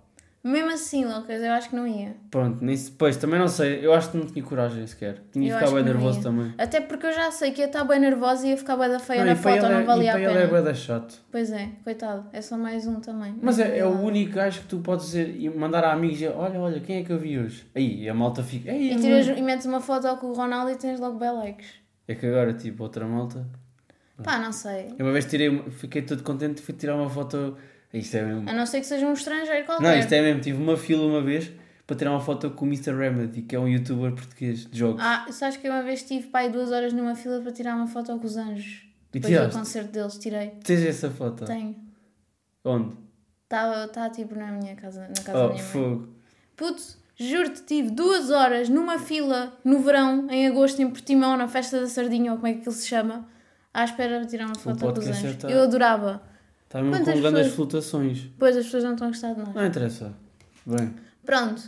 Speaker 2: mesmo assim, Lucas, eu acho que não ia.
Speaker 1: Pronto, nem se... Pois, também não sei. Eu acho que não tinha coragem sequer. Tinha
Speaker 2: Eu
Speaker 1: de
Speaker 2: acho
Speaker 1: ficar bem
Speaker 2: que não
Speaker 1: nervoso
Speaker 2: ia.
Speaker 1: também.
Speaker 2: Até porque eu já sei que ia estar bem nervosa e ia ficar bem da feia
Speaker 1: Não,
Speaker 2: na
Speaker 1: e para
Speaker 2: foto,
Speaker 1: ele é-
Speaker 2: não valia
Speaker 1: e
Speaker 2: a
Speaker 1: para
Speaker 2: pena.
Speaker 1: ele é bué da chato.
Speaker 2: Pois é, coitado, é só mais um também.
Speaker 1: Mas é, é o
Speaker 2: verdade.
Speaker 1: único gajo que tu podes dizer e mandar a amigos e dizer, olha, olha, quem é que eu vi hoje? Aí, a malta fica, ei,
Speaker 2: E,
Speaker 1: eu
Speaker 2: tiras,
Speaker 1: não-
Speaker 2: e metes uma foto com o Ronaldo e tens logo bem likes.
Speaker 1: É que agora, tipo, outra malta...
Speaker 2: Pá, não sei.
Speaker 1: Eu uma vez tirei, uma- fiquei todo contente, fui tirar uma foto Isto é mesmo.
Speaker 2: A não ser que seja um estrangeiro qualquer.
Speaker 1: Não, isto é mesmo. Tive uma fila uma vez para tirar uma foto com o Mr. Remedy, que é um youtuber português de jogos.
Speaker 2: Ah, sabes que eu uma vez tive pai duas horas numa fila para tirar uma foto com os anjos.
Speaker 1: E
Speaker 2: Depois do
Speaker 1: tiraste? Ah.
Speaker 2: concerto deles, tirei.
Speaker 1: Tens essa foto?
Speaker 2: Ah, Tenho.
Speaker 1: Onde?
Speaker 2: Está tá, tipo na minha casa, na casa da
Speaker 1: Oh,
Speaker 2: minha mãe.
Speaker 1: fogo.
Speaker 2: Puto, juro-te, tive duas horas numa fila no verão, em agosto, em Portimão, na festa da Sardinha, ou como é que aquilo se chama, à espera de tirar uma foto com os
Speaker 1: podcast é
Speaker 2: anjos.
Speaker 1: está-
Speaker 2: Eu adorava.
Speaker 1: Está Tá mesmo
Speaker 2: Quantas
Speaker 1: com grandes
Speaker 2: pessoas?
Speaker 1: flutuações.
Speaker 2: Pois as pessoas não estão a gostar de nós.
Speaker 1: Não interessa. Bem.
Speaker 2: Pronto.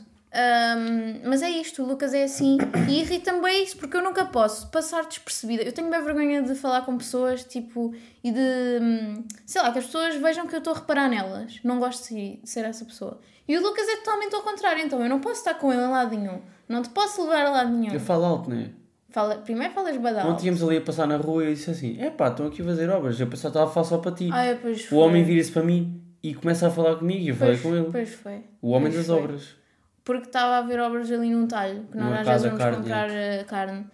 Speaker 2: Ahm, mas é isto, o Lucas é assim e irrita-me bem isso porque eu nunca posso passar despercebida. Eu tenho bem vergonha de falar com pessoas tipo e de hum, sei lá, que as pessoas vejam que eu estou a reparar nelas. Não gosto de ser- de ser essa pessoa. E o Lucas é totalmente ao contrário, então eu não posso estar com ele a lado nenhum, não te posso levar a lado nenhum.
Speaker 1: Eu falo alto, não é?
Speaker 2: Fala, primeiro falas badal.
Speaker 1: Ontem íamos ali a passar na rua e eu disse assim: é pá, estão aqui a fazer obras. Eu pensava que estava a falar só para ti.
Speaker 2: Ai, Ah, pois
Speaker 1: o homem vira-se para mim e começa a falar comigo e eu falei
Speaker 2: pois,
Speaker 1: com ele.
Speaker 2: Pois foi.
Speaker 1: O homem das
Speaker 2: Pois foi.
Speaker 1: obras.
Speaker 2: porque estava a haver obras ali num talho, que nós
Speaker 1: Numa
Speaker 2: às vezes
Speaker 1: casa
Speaker 2: vamos
Speaker 1: carne,
Speaker 2: comprar eh, carne.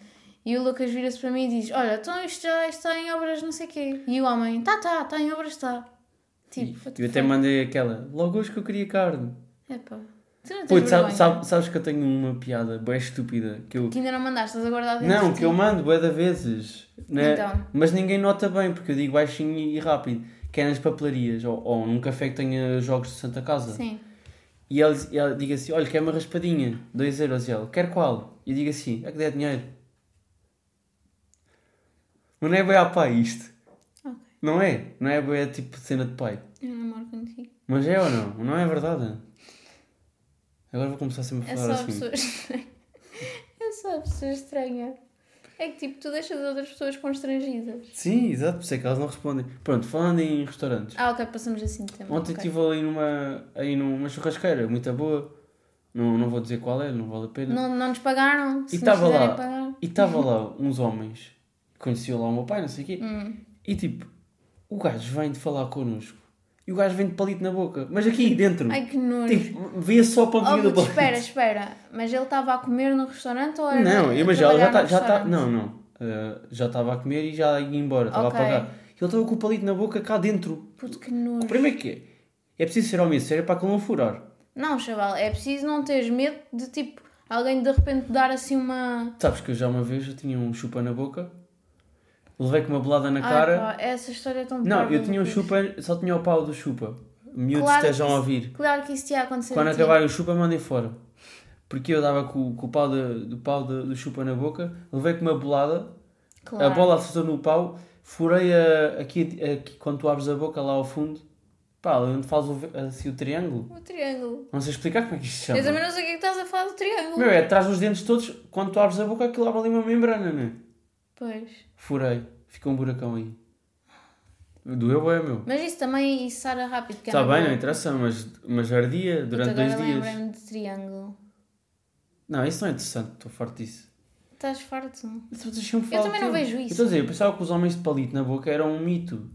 Speaker 2: E o Lucas vira-se para mim e diz: Olha, então isto já está em obras, não sei o quê. E o homem: Tá, tá, está em obras, está. Tipo, what
Speaker 1: E
Speaker 2: the
Speaker 1: eu até
Speaker 2: fuck?
Speaker 1: mandei aquela: logo hoje que eu queria carne.
Speaker 2: Epá, tu não tens
Speaker 1: Putz, sabe-
Speaker 2: vergonha.
Speaker 1: sabe- sabes que eu tenho uma piada bem estúpida que eu.
Speaker 2: Que ainda não mandaste, estás a guardar dentro
Speaker 1: Não,
Speaker 2: de
Speaker 1: que eu
Speaker 2: ti.
Speaker 1: mando bué da vezes. Né?
Speaker 2: Então.
Speaker 1: Mas ninguém nota bem, porque eu digo baixinho e rápido. Que é nas papelarias, ou, ou num café que tenha jogos de Santa Casa.
Speaker 2: Sim.
Speaker 1: E ela, e ela diga assim, olha, quer uma raspadinha, 2 euros. E ela, quer qual? E eu digo assim, é que der dinheiro. Mas não é bem a pai isto.
Speaker 2: Ok.
Speaker 1: Não é? Não é bem a tipo de cena de pai.
Speaker 2: Eu namoro contigo.
Speaker 1: Mas é ou não? Não é verdade? Agora vou começar sempre
Speaker 2: É
Speaker 1: a
Speaker 2: só
Speaker 1: falar
Speaker 2: a
Speaker 1: assim.
Speaker 2: pessoa estranha. É só a pessoa estranha. É que tipo, tu deixas outras pessoas constrangidas.
Speaker 1: Sim, exato, por isso é que elas não respondem. Pronto, falando em restaurantes.
Speaker 2: Ah, ok, passamos assim de tema.
Speaker 1: Ontem
Speaker 2: ok.
Speaker 1: estive ali numa, aí numa churrasqueira, muito boa. Não, não vou dizer qual é, não vale a pena.
Speaker 2: não, não nos pagaram. se nos
Speaker 1: estava
Speaker 2: quiserem
Speaker 1: lá.
Speaker 2: Pagar.
Speaker 1: E estava lá uns homens, conheciam lá o meu pai, não sei o quê.
Speaker 2: Hum.
Speaker 1: E tipo, o gajo vem de falar connosco e o gajo vem de palito na boca, mas aqui dentro.
Speaker 2: Ai que nojo.
Speaker 1: tipo, vê só para o
Speaker 2: Oh,
Speaker 1: palito do
Speaker 2: puto,
Speaker 1: palito.
Speaker 2: espera, espera. Mas ele estava a comer no restaurante ou era
Speaker 1: Não,
Speaker 2: a
Speaker 1: eu- mas ela já está.
Speaker 2: trabalhar no
Speaker 1: Já tá,
Speaker 2: restaurante?
Speaker 1: não, não. Ah, já estava a comer e já ia embora, estava
Speaker 2: Ok.
Speaker 1: a pagar. E ele estava com o palito na boca cá dentro.
Speaker 2: Puto, que
Speaker 1: O
Speaker 2: nojo.
Speaker 1: primeiro que é, é preciso ser homem sério para que ele não furar.
Speaker 2: Não, chaval, é preciso não teres medo de tipo alguém de repente dar assim uma.
Speaker 1: Sabes que eu já uma vez eu tinha um chupa na boca, levei com uma bolada na
Speaker 2: Ai,
Speaker 1: cara.
Speaker 2: pá, essa história é tão
Speaker 1: não,
Speaker 2: parva,
Speaker 1: eu tinha um
Speaker 2: Lucas.
Speaker 1: chupa, só tinha o pau do chupa. Miúdos
Speaker 2: Claro que
Speaker 1: estejam a
Speaker 2: isso-
Speaker 1: ouvir.
Speaker 2: Claro que isso te ia acontecer.
Speaker 1: Quando
Speaker 2: a ti.
Speaker 1: acabar o chupa, mandem fora. Porque eu dava com, com o pau, de- do pau de- do chupa na boca, levei com uma bolada,
Speaker 2: Claro.
Speaker 1: a bola acertou no pau, furei a- aqui, aqui quando tu abres a boca lá ao fundo, pá, ali onde faz o, ve- assim o triângulo.
Speaker 2: O triângulo.
Speaker 1: Não sei explicar como é que isto se
Speaker 2: Eu
Speaker 1: chama.
Speaker 2: também não sei o que é que estás a falar do triângulo.
Speaker 1: Meu, é atrás dos dentes todos, quando tu abres a boca, aquilo abre ali uma membrana, né?
Speaker 2: Pois.
Speaker 1: Furei, ficou um buracão aí. Doeu, é meu.
Speaker 2: Mas isso também isso sara rápido. que é
Speaker 1: Está Tá bem, não
Speaker 2: normal.
Speaker 1: interessa, mas, mas ardia
Speaker 2: Puto,
Speaker 1: durante dois
Speaker 2: agora
Speaker 1: dias.
Speaker 2: lembrei-me de triângulo.
Speaker 1: Não, isso não é interessante, estou forte disso.
Speaker 2: Estás farto?
Speaker 1: Mas vocês sempre
Speaker 2: Eu um
Speaker 1: falam
Speaker 2: também não
Speaker 1: tudo.
Speaker 2: vejo isso.
Speaker 1: Eu estou a dizer, assim, eu pensava que os homens de palito na boca eram um mito.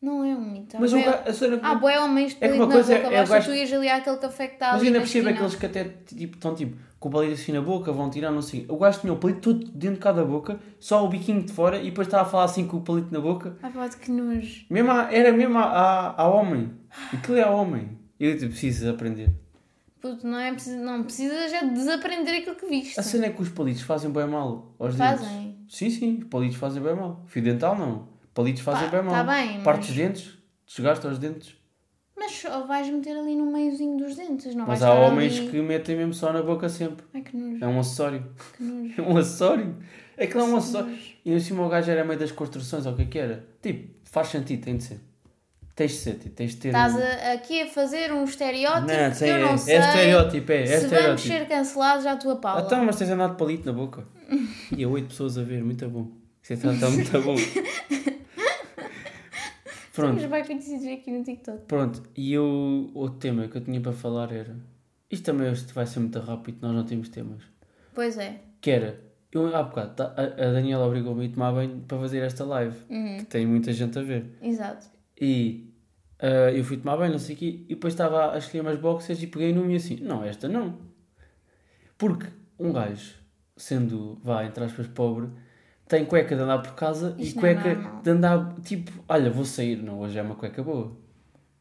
Speaker 2: Não é um mito.
Speaker 1: mas o
Speaker 2: é-
Speaker 1: ga- a senhora.
Speaker 2: Ah, boé homens de
Speaker 1: É que uma
Speaker 2: palito na
Speaker 1: coisa
Speaker 2: boca,
Speaker 1: é- é o
Speaker 2: basta
Speaker 1: gajo-
Speaker 2: tu ires ali àquele café que está ali
Speaker 1: mas ainda
Speaker 2: na
Speaker 1: percebo
Speaker 2: esquina.
Speaker 1: aqueles que até tipo, estão tipo com o palito assim na boca, vão tirar, não sei. O gajo tinha o palito todo dentro de cada boca, só o biquinho de fora, e depois estava a falar assim com o palito na boca.
Speaker 2: Ah pá, de que nojo.
Speaker 1: Mesmo a- era mesmo a, a, a homem. Aquilo é a homem. Eu tipo, preciso aprender.
Speaker 2: Puto, não é preciso... Não precisas já desaprender aquilo que viste.
Speaker 1: A cena é que os palitos fazem bem mal aos dentes.
Speaker 2: Fazem.
Speaker 1: Sim, sim, os palitos fazem bem mal. Fio dental não. Palitos fazem
Speaker 2: Pá,
Speaker 1: bem mal.
Speaker 2: tá bem,
Speaker 1: Partes
Speaker 2: mas-
Speaker 1: os dentes, desgasta os dentes.
Speaker 2: Mas só vais meter ali no meiozinho dos dentes, não
Speaker 1: Mas
Speaker 2: vais
Speaker 1: há
Speaker 2: estar
Speaker 1: homens
Speaker 2: ali...
Speaker 1: que metem mesmo só na boca sempre.
Speaker 2: Ai que nojo,
Speaker 1: É um acessório.
Speaker 2: que nojo.
Speaker 1: <laughs> É um acessório? É que não é um acessório.
Speaker 2: nojo.
Speaker 1: E assim o gajo era meio das construções, ou o que é que era. Tipo, faz sentido, tem de ser. Tens de ser, tipo, tens de ter.
Speaker 2: Estás
Speaker 1: um-
Speaker 2: a- aqui a fazer um estereótipo
Speaker 1: Não,
Speaker 2: que
Speaker 1: sei,
Speaker 2: eu não
Speaker 1: é,
Speaker 2: sei.
Speaker 1: é estereótipo, é, é
Speaker 2: Se vamos
Speaker 1: estereótipo.
Speaker 2: ser cancelados à tua pala.
Speaker 1: Então, mas tens andado de palito na
Speaker 2: <laughs>
Speaker 1: boca. E há oito pessoas a ver, muito bom. Isso está, está muito
Speaker 2: <laughs>
Speaker 1: bom. Pronto,
Speaker 2: Somos bem conhecidos aqui no TikTok.
Speaker 1: pronto. E eu, o tema que eu tinha para falar era. Isto também isto vai ser muito rápido, nós não temos temas.
Speaker 2: Pois é.
Speaker 1: Que era, eu há bocado, tá- a, a Daniela obrigou-me a ir tomar banho para fazer esta live, que
Speaker 2: Uhum,
Speaker 1: tem muita gente a ver.
Speaker 2: Exato.
Speaker 1: E ah, eu fui tomar banho, não sei o quê, e depois estava a escolher umas boxers e peguei numa e assim, não, esta não. Porque um gajo, sendo, vá, entre aspas, pobre, tem cueca de andar por casa
Speaker 2: Isto
Speaker 1: e
Speaker 2: não é
Speaker 1: cueca
Speaker 2: normal.
Speaker 1: de andar, tipo, olha, vou sair, não, hoje é uma cueca boa.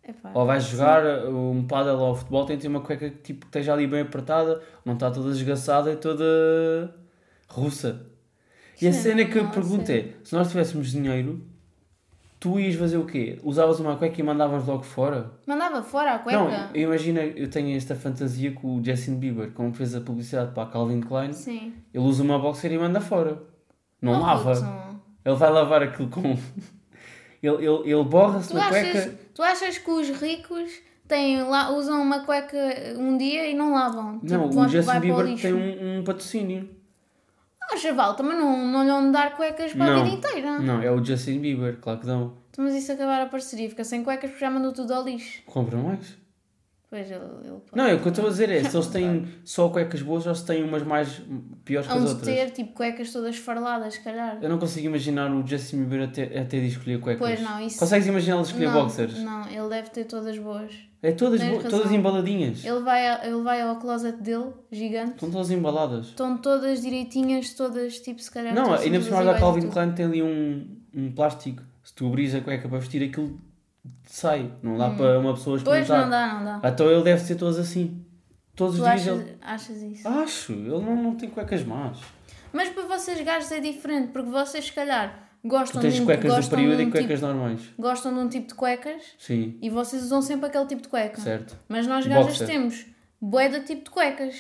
Speaker 2: Epá,
Speaker 1: Ou vais jogar um paddle ou futebol, tem de ter uma cueca que tipo, esteja ali bem apertada, não está toda desgaçada e toda russa. E a
Speaker 2: Sim,
Speaker 1: cena que eu
Speaker 2: não,
Speaker 1: pergunto é: se nós tivéssemos dinheiro, tu ias fazer o quê? Usavas uma cueca e mandavas logo fora?
Speaker 2: Mandava fora a
Speaker 1: Não,
Speaker 2: cueca?
Speaker 1: eu imagino, eu tenho esta fantasia com o Justin Bieber, como fez a publicidade para a Calvin Klein,
Speaker 2: Sim.
Speaker 1: ele usa uma boxer e manda fora. Não
Speaker 2: Oh,
Speaker 1: lava.
Speaker 2: puto.
Speaker 1: Ele vai lavar aquilo com. <laughs> ele ele, ele borra-se
Speaker 2: Tu
Speaker 1: na cueca.
Speaker 2: achas, tu achas que os ricos têm, lá, usam uma cueca um dia e não lavam? Tipo,
Speaker 1: Não,
Speaker 2: vão-
Speaker 1: o Justin
Speaker 2: vai para o
Speaker 1: Bieber
Speaker 2: lixo.
Speaker 1: tem um, um patrocínio.
Speaker 2: Ah, chaval, também não, não lhe vão dar cuecas para a
Speaker 1: Não.
Speaker 2: vida inteira.
Speaker 1: Não, é o Justin Bieber, claro que não.
Speaker 2: Então, Mas isso acabar a parceria, fica sem cuecas porque já mandou tudo ao lixo.
Speaker 1: Compra mais.
Speaker 2: Pois ele, ele pode.
Speaker 1: Não, é o que eu estou a dizer é se eles têm só cuecas boas ou se têm umas mais piores que
Speaker 2: Hão
Speaker 1: as
Speaker 2: de
Speaker 1: outras.
Speaker 2: ter tipo cuecas todas farladas, se calhar.
Speaker 1: Eu não consigo imaginar o Justin Bieber até, até de escolher cuecas.
Speaker 2: Pois não, isso-
Speaker 1: Consegues imaginar ele escolher
Speaker 2: não,
Speaker 1: é boxers?
Speaker 2: não, ele deve ter todas boas.
Speaker 1: É todas,
Speaker 2: Tens
Speaker 1: bo-
Speaker 2: razão.
Speaker 1: todas embaladinhas.
Speaker 2: Ele vai, a- ele vai ao closet dele, gigante.
Speaker 1: Estão todas embaladas.
Speaker 2: Estão todas direitinhas, todas tipo, se calhar.
Speaker 1: Não,
Speaker 2: todas
Speaker 1: ainda por cima
Speaker 2: iguais
Speaker 1: da
Speaker 2: e
Speaker 1: Calvin
Speaker 2: tudo.
Speaker 1: Klein tem ali um, um plástico. Se tu abris a cueca para vestir, aquilo sai. Não dá para uma pessoa
Speaker 2: Hum. Pois não
Speaker 1: experimentar.
Speaker 2: dá, não dá.
Speaker 1: Então ele deve ser todos assim. Todos
Speaker 2: Tu
Speaker 1: os dias
Speaker 2: achas,
Speaker 1: ele...
Speaker 2: achas isso?
Speaker 1: Acho, ele não, não tem cuecas más.
Speaker 2: Mas para vocês gajos é diferente, porque vocês se calhar
Speaker 1: Tu
Speaker 2: gostam
Speaker 1: tens
Speaker 2: de um,
Speaker 1: cuecas do
Speaker 2: gostam de
Speaker 1: período
Speaker 2: um
Speaker 1: e cuecas
Speaker 2: tipo,
Speaker 1: normais.
Speaker 2: gostam de um tipo de cuecas
Speaker 1: Sim,
Speaker 2: e vocês usam sempre aquele tipo de cueca.
Speaker 1: certo.
Speaker 2: Mas nós gajas
Speaker 1: Boxer.
Speaker 2: temos bué de tipo de cuecas.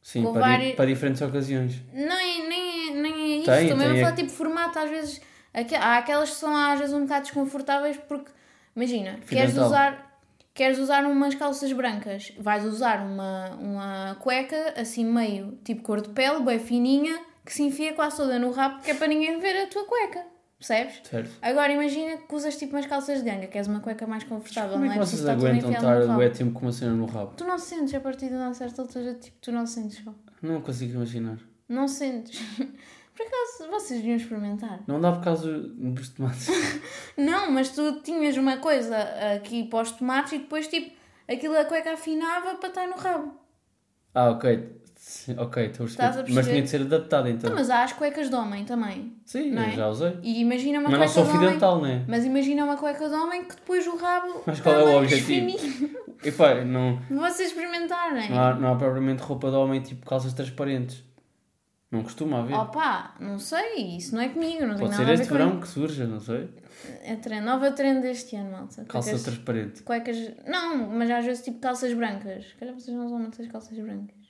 Speaker 1: Sim,
Speaker 2: Com
Speaker 1: para, di-
Speaker 2: vários-
Speaker 1: para diferentes ocasiões.
Speaker 2: Nem, nem, nem é isso.
Speaker 1: Tem,
Speaker 2: Também
Speaker 1: tem
Speaker 2: não
Speaker 1: a-
Speaker 2: falar tipo formato, às vezes. aque- Há aquelas que são às vezes um bocado desconfortáveis porque, imagina, queres
Speaker 1: dental.
Speaker 2: usar. Queres usar umas calças brancas, vais usar uma, uma cueca assim meio tipo cor de pele, bem fininha, que se enfia quase toda no rabo, que é para ninguém ver a tua cueca, percebes?
Speaker 1: Certo.
Speaker 2: Agora imagina que usas tipo umas calças de ganga, queres uma cueca mais confortável,
Speaker 1: Como é
Speaker 2: não
Speaker 1: que
Speaker 2: é? preciso
Speaker 1: vocês
Speaker 2: estar toda
Speaker 1: aguentam
Speaker 2: enfiada no
Speaker 1: estar
Speaker 2: rabo.
Speaker 1: o é tempo com uma cena no rabo?
Speaker 2: Tu não sentes a partir de uma certa altura, tipo, tu não sentes só.
Speaker 1: Não consigo imaginar.
Speaker 2: Não sentes. <laughs> Por acaso, vocês deviam experimentar.
Speaker 1: Não dá por causa um dos tomates.
Speaker 2: <laughs> Não, mas tu tinhas uma coisa aqui para os tomates e depois, tipo, aquilo a cueca afinava para estar no rabo.
Speaker 1: ah, ok. Sim, Ok, estou a
Speaker 2: Estás a
Speaker 1: perceber. Mas
Speaker 2: perceber?
Speaker 1: tinha de ser adaptada então.
Speaker 2: Então, mas há as cuecas de homem também.
Speaker 1: Sim,
Speaker 2: Não
Speaker 1: eu
Speaker 2: é?
Speaker 1: já usei.
Speaker 2: E imagina uma
Speaker 1: Mas não
Speaker 2: cueca
Speaker 1: sou
Speaker 2: de
Speaker 1: fio
Speaker 2: homem.
Speaker 1: dental, né?
Speaker 2: Mas imagina uma cueca de homem que depois o rabo.
Speaker 1: Mas
Speaker 2: está
Speaker 1: qual é o
Speaker 2: mais
Speaker 1: objetivo? Ah,
Speaker 2: fininho.
Speaker 1: E pá, não,
Speaker 2: <laughs> Vocês experimentarem.
Speaker 1: não, há, não há propriamente roupa de homem tipo calças transparentes. Não costuma haver.
Speaker 2: Opa, não sei, isso não é comigo, não tem
Speaker 1: Pode
Speaker 2: nada
Speaker 1: ser
Speaker 2: a ver
Speaker 1: este
Speaker 2: com
Speaker 1: verão que surja, não sei.
Speaker 2: É trend, nova trend deste ano, malta.
Speaker 1: Calça
Speaker 2: Cuecas-
Speaker 1: transparente.
Speaker 2: Cuecas. Não, mas às vezes tipo calças brancas. Se calhar vocês não usam muitas calças brancas.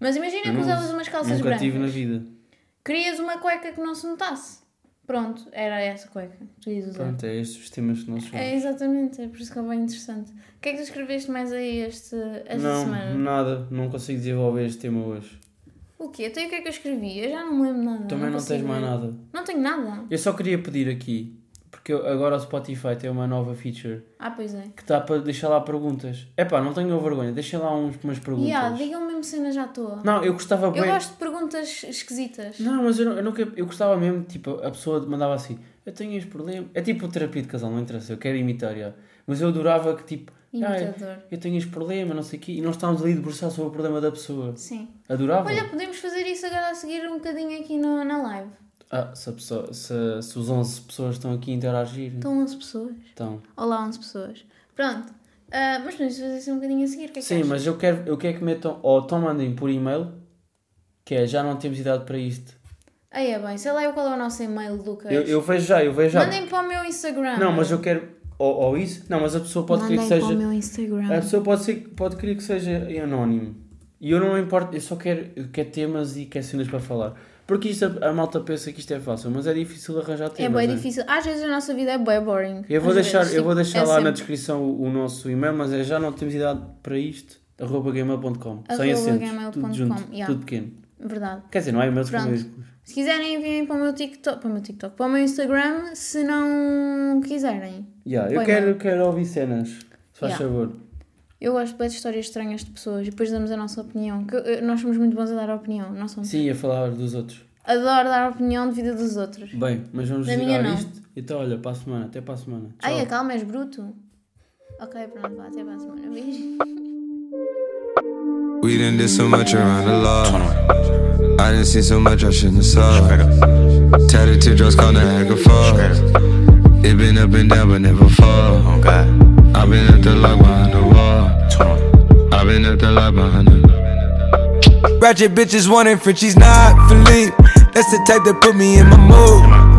Speaker 2: Mas imagina que
Speaker 1: Não
Speaker 2: usavas
Speaker 1: uso.
Speaker 2: umas calças
Speaker 1: Nunca
Speaker 2: brancas.
Speaker 1: tive na vida.
Speaker 2: Querias uma cueca que não se notasse. Pronto, era essa cueca que tu ias usar.
Speaker 1: Pronto, é estes os temas que nós somos.
Speaker 2: É exatamente, é por isso que é bem interessante. O que é que tu escreveste mais aí este, esta
Speaker 1: Não,
Speaker 2: semana?
Speaker 1: nada. Não consigo desenvolver este tema hoje.
Speaker 2: O quê? Até o que é que eu escrevi? Eu já não me lembro nada.
Speaker 1: Também não, tens
Speaker 2: consigo
Speaker 1: mais
Speaker 2: ver.
Speaker 1: nada.
Speaker 2: Não tenho nada.
Speaker 1: Eu só queria pedir aqui, porque eu- agora o Spotify tem uma nova feature
Speaker 2: Ah, pois é.
Speaker 1: que dá para deixar lá perguntas. É pá, não tenham vergonha, deixem lá uns, umas perguntas.
Speaker 2: Yeah, digam mesmo cenas à toa.
Speaker 1: Não, eu gostava
Speaker 2: eu
Speaker 1: bem.
Speaker 2: gosto de perguntas esquisitas.
Speaker 1: Não, mas eu, não- eu nunca. Eu gostava mesmo, tipo, a pessoa mandava assim: Eu tenho este problema. É tipo terapia de casal, não interessa, eu quero imitar, já. Mas eu adorava que, tipo, "Ai,
Speaker 2: Imitador.
Speaker 1: eu tenho este problema, não sei o quê, e nós estávamos ali a debruçar sobre o problema da pessoa.
Speaker 2: Sim.
Speaker 1: Adorava.
Speaker 2: Olha, podemos fazer isso agora a seguir um bocadinho aqui no, na live.
Speaker 1: Ah, se, a pessoa, se, se os 11 pessoas estão aqui a interagir, então.
Speaker 2: Estão 11 pessoas. Olá, 11 pessoas. Pronto. Ah, mas podemos fazer isso um bocadinho a seguir. O que é que
Speaker 1: Sim,
Speaker 2: achas?
Speaker 1: mas eu quero, eu quero que metam, ou então mandem por e-mail, que é já não temos idade para isto.
Speaker 2: Aí é bem. Sei lá qual é o nosso e-mail, Lucas.
Speaker 1: Eu, eu vejo já, eu vejo já.
Speaker 2: Mandem para o meu Instagram.
Speaker 1: Não, mas eu quero, ou, ou isso, não, mas a pessoa pode
Speaker 2: Mandem
Speaker 1: querer que
Speaker 2: para
Speaker 1: seja,
Speaker 2: o meu Instagram.
Speaker 1: a pessoa pode, ser, pode querer que seja em anónimo. E eu não me importo, eu só quero, eu quero temas e quero cenas para falar. Porque isto, a, a malta pensa que isto é fácil, mas é difícil arranjar
Speaker 2: É
Speaker 1: temas.
Speaker 2: bem
Speaker 1: né?
Speaker 2: difícil. Às vezes a nossa vida é bem boring.
Speaker 1: Eu vou
Speaker 2: Às
Speaker 1: deixar,
Speaker 2: vezes,
Speaker 1: eu vou
Speaker 2: tipo,
Speaker 1: deixar
Speaker 2: é
Speaker 1: lá na
Speaker 2: sempre
Speaker 1: descrição o, o nosso e-mail, mas é já não temos idade para isto, arroba gmail.com, sem
Speaker 2: Arroba
Speaker 1: acentos,
Speaker 2: gmail ponto com,
Speaker 1: tudo junto,
Speaker 2: yeah.
Speaker 1: tudo pequeno.
Speaker 2: Verdade.
Speaker 1: Quer dizer, não é há e-mails com
Speaker 2: Pronto.
Speaker 1: maiúsculos.
Speaker 2: Se quiserem, enviem para o meu TikTok. Para o meu TikTok. Para o meu Instagram, se não quiserem.
Speaker 1: Yeah, eu
Speaker 2: Põe
Speaker 1: quero, quero ouvir cenas, se faz
Speaker 2: Yeah.
Speaker 1: favor.
Speaker 2: Eu gosto bué de histórias estranhas de pessoas e depois damos a nossa opinião. Que eh, nós somos muito bons a dar a opinião, não somos?
Speaker 1: Sim, a falar dos outros.
Speaker 2: Adoro dar a opinião de vida dos outros.
Speaker 1: Bem, mas vamos
Speaker 2: Da minha
Speaker 1: desligar
Speaker 2: não.
Speaker 1: isto. Então, olha, para a semana, até para a semana. Tchau.
Speaker 2: Ai, a calma, és bruto. Ok, pronto, vá, até para a semana. Beijo.
Speaker 3: We done did so much around the law. I didn't see so much I shouldn't have saw. Tatted teardrops called the Niagara Falls. It been up and down but never fall.
Speaker 4: God.
Speaker 3: I I've been at the lock behind the wall.
Speaker 4: Turn on.
Speaker 3: I've been at the lock behind the
Speaker 5: Ratchet bitches wanting French, she's not Philippe. That's the type that put me in my mood.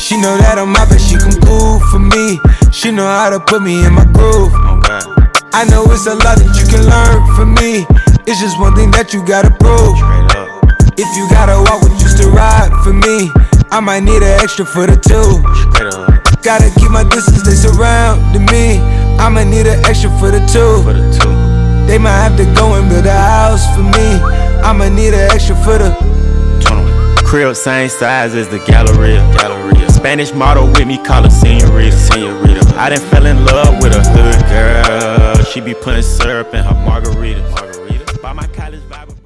Speaker 5: She know that I'm out, but she come cool for me. She know how to put me in my groove.
Speaker 4: Oh God.
Speaker 5: I know it's a lot that you can learn from me. It's just one thing that you gotta prove.
Speaker 4: Straight up.
Speaker 5: If you gotta walk with you to ride for me, I might need an extra for the two.
Speaker 4: Straight up.
Speaker 5: Gotta keep my distance, they surround me. I'ma need an extra for the two.
Speaker 4: For the two.
Speaker 5: They might have to go and build a house for me. I'ma need an extra for the.
Speaker 4: Turn on. Crib same size as the gallery. Galleria. Spanish model with me, call her senorita. Senorita. I done fell in love with a hood girl. She be putting syrup in her margarita. Margarita. Buy my college vibe.